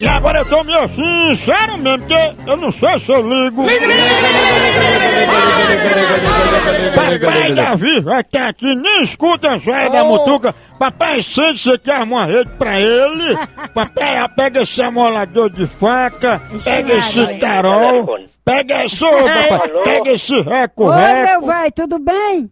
E agora eu tô meio sincero mesmo, porque eu não sei se eu ligo. Papai Davi vai estar aqui, nem escuta a joia Oh. da mutuca. Papai Santos, você quer arrumar uma rede pra ele? Papai, ah, pega esse amolador de faca, pega esse tarol, pega esse, ô, papai, pega esse Ô meu reco-reco. velho, tudo bem?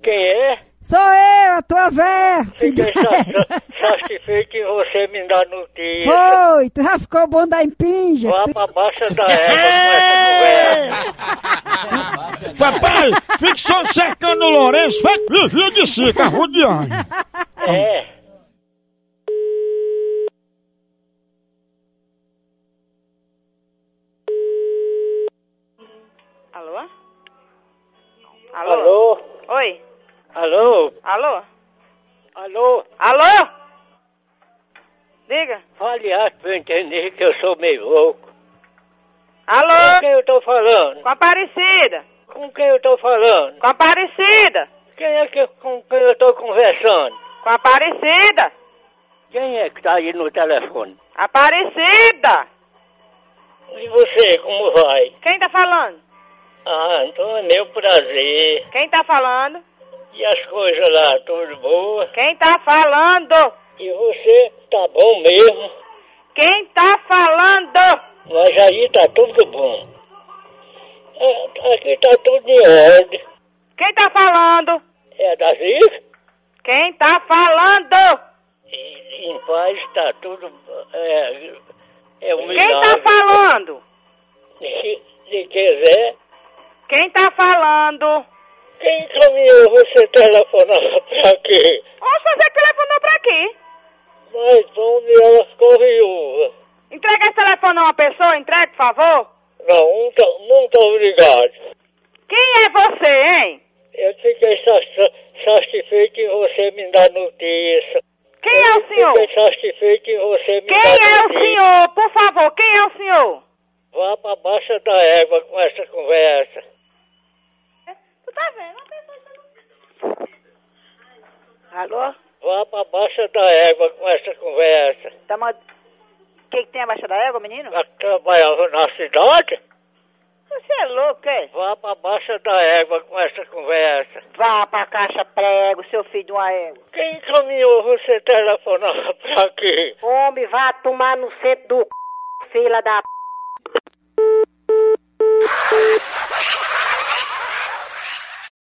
Quem é? Sou eu, a tua véia. Fiquei sa- sa- satisfeito em você me dar notícia. Foi, tu já ficou bom da empinja? Vá pra baixa da égua Papai, fique só cercando o Lourenço, feito vigia de cica, rodeando. com essa conversa. É. Alô? Alô? Alô? Oi? Alô? Alô? Alô? Alô? Diga. Fale alto pra eu entender que eu sou meio louco. Com Alô? quem eu tô falando? Com a Aparecida. Com quem eu tô falando? Com a Aparecida. Quem é que com quem eu tô conversando? Com a Aparecida. Quem é que tá aí no telefone? Aparecida. E você, como vai? Quem tá falando? Ah, então é meu prazer. Quem tá falando? E as coisas lá, tudo boa? Quem tá falando? E você tá bom mesmo? Quem tá falando? Mas aí tá tudo bom. É, Aqui tá tudo em ordem. Quem tá falando? É da Zica? Quem tá falando? tá E em paz tá tudo. É, é um Quem tá milagre. falando? Se, se quiser, Quem tá falando? quem caminhou você telefonava pra quê? Ô, você telefonou pra quê? Mas onde ela ficou viúva? Entrega esse telefone a uma pessoa, entrega, por favor. Não, muito, muito obrigado. Quem é você, hein? Eu fiquei sa- sa- satisfeito em você me dar notícia. Quem é o Fiquei senhor? satisfeito em você me Quem dar é o notícia. senhor? Por favor, quem é o senhor? Vá pra baixa da égua com essa conversa. Tu tá vendo? Alô? Vá pra baixa da égua com essa conversa. Tá mand... Que que tem abaixo da égua, menino? Já que trabalhava na cidade? Você é louco, é? Vá pra baixa da égua com essa conversa. Vá pra caixa prego, seu filho de uma égua. Quem encaminhou você telefonar pra aqui? Homem, vá tomar no centro do c... fila da p...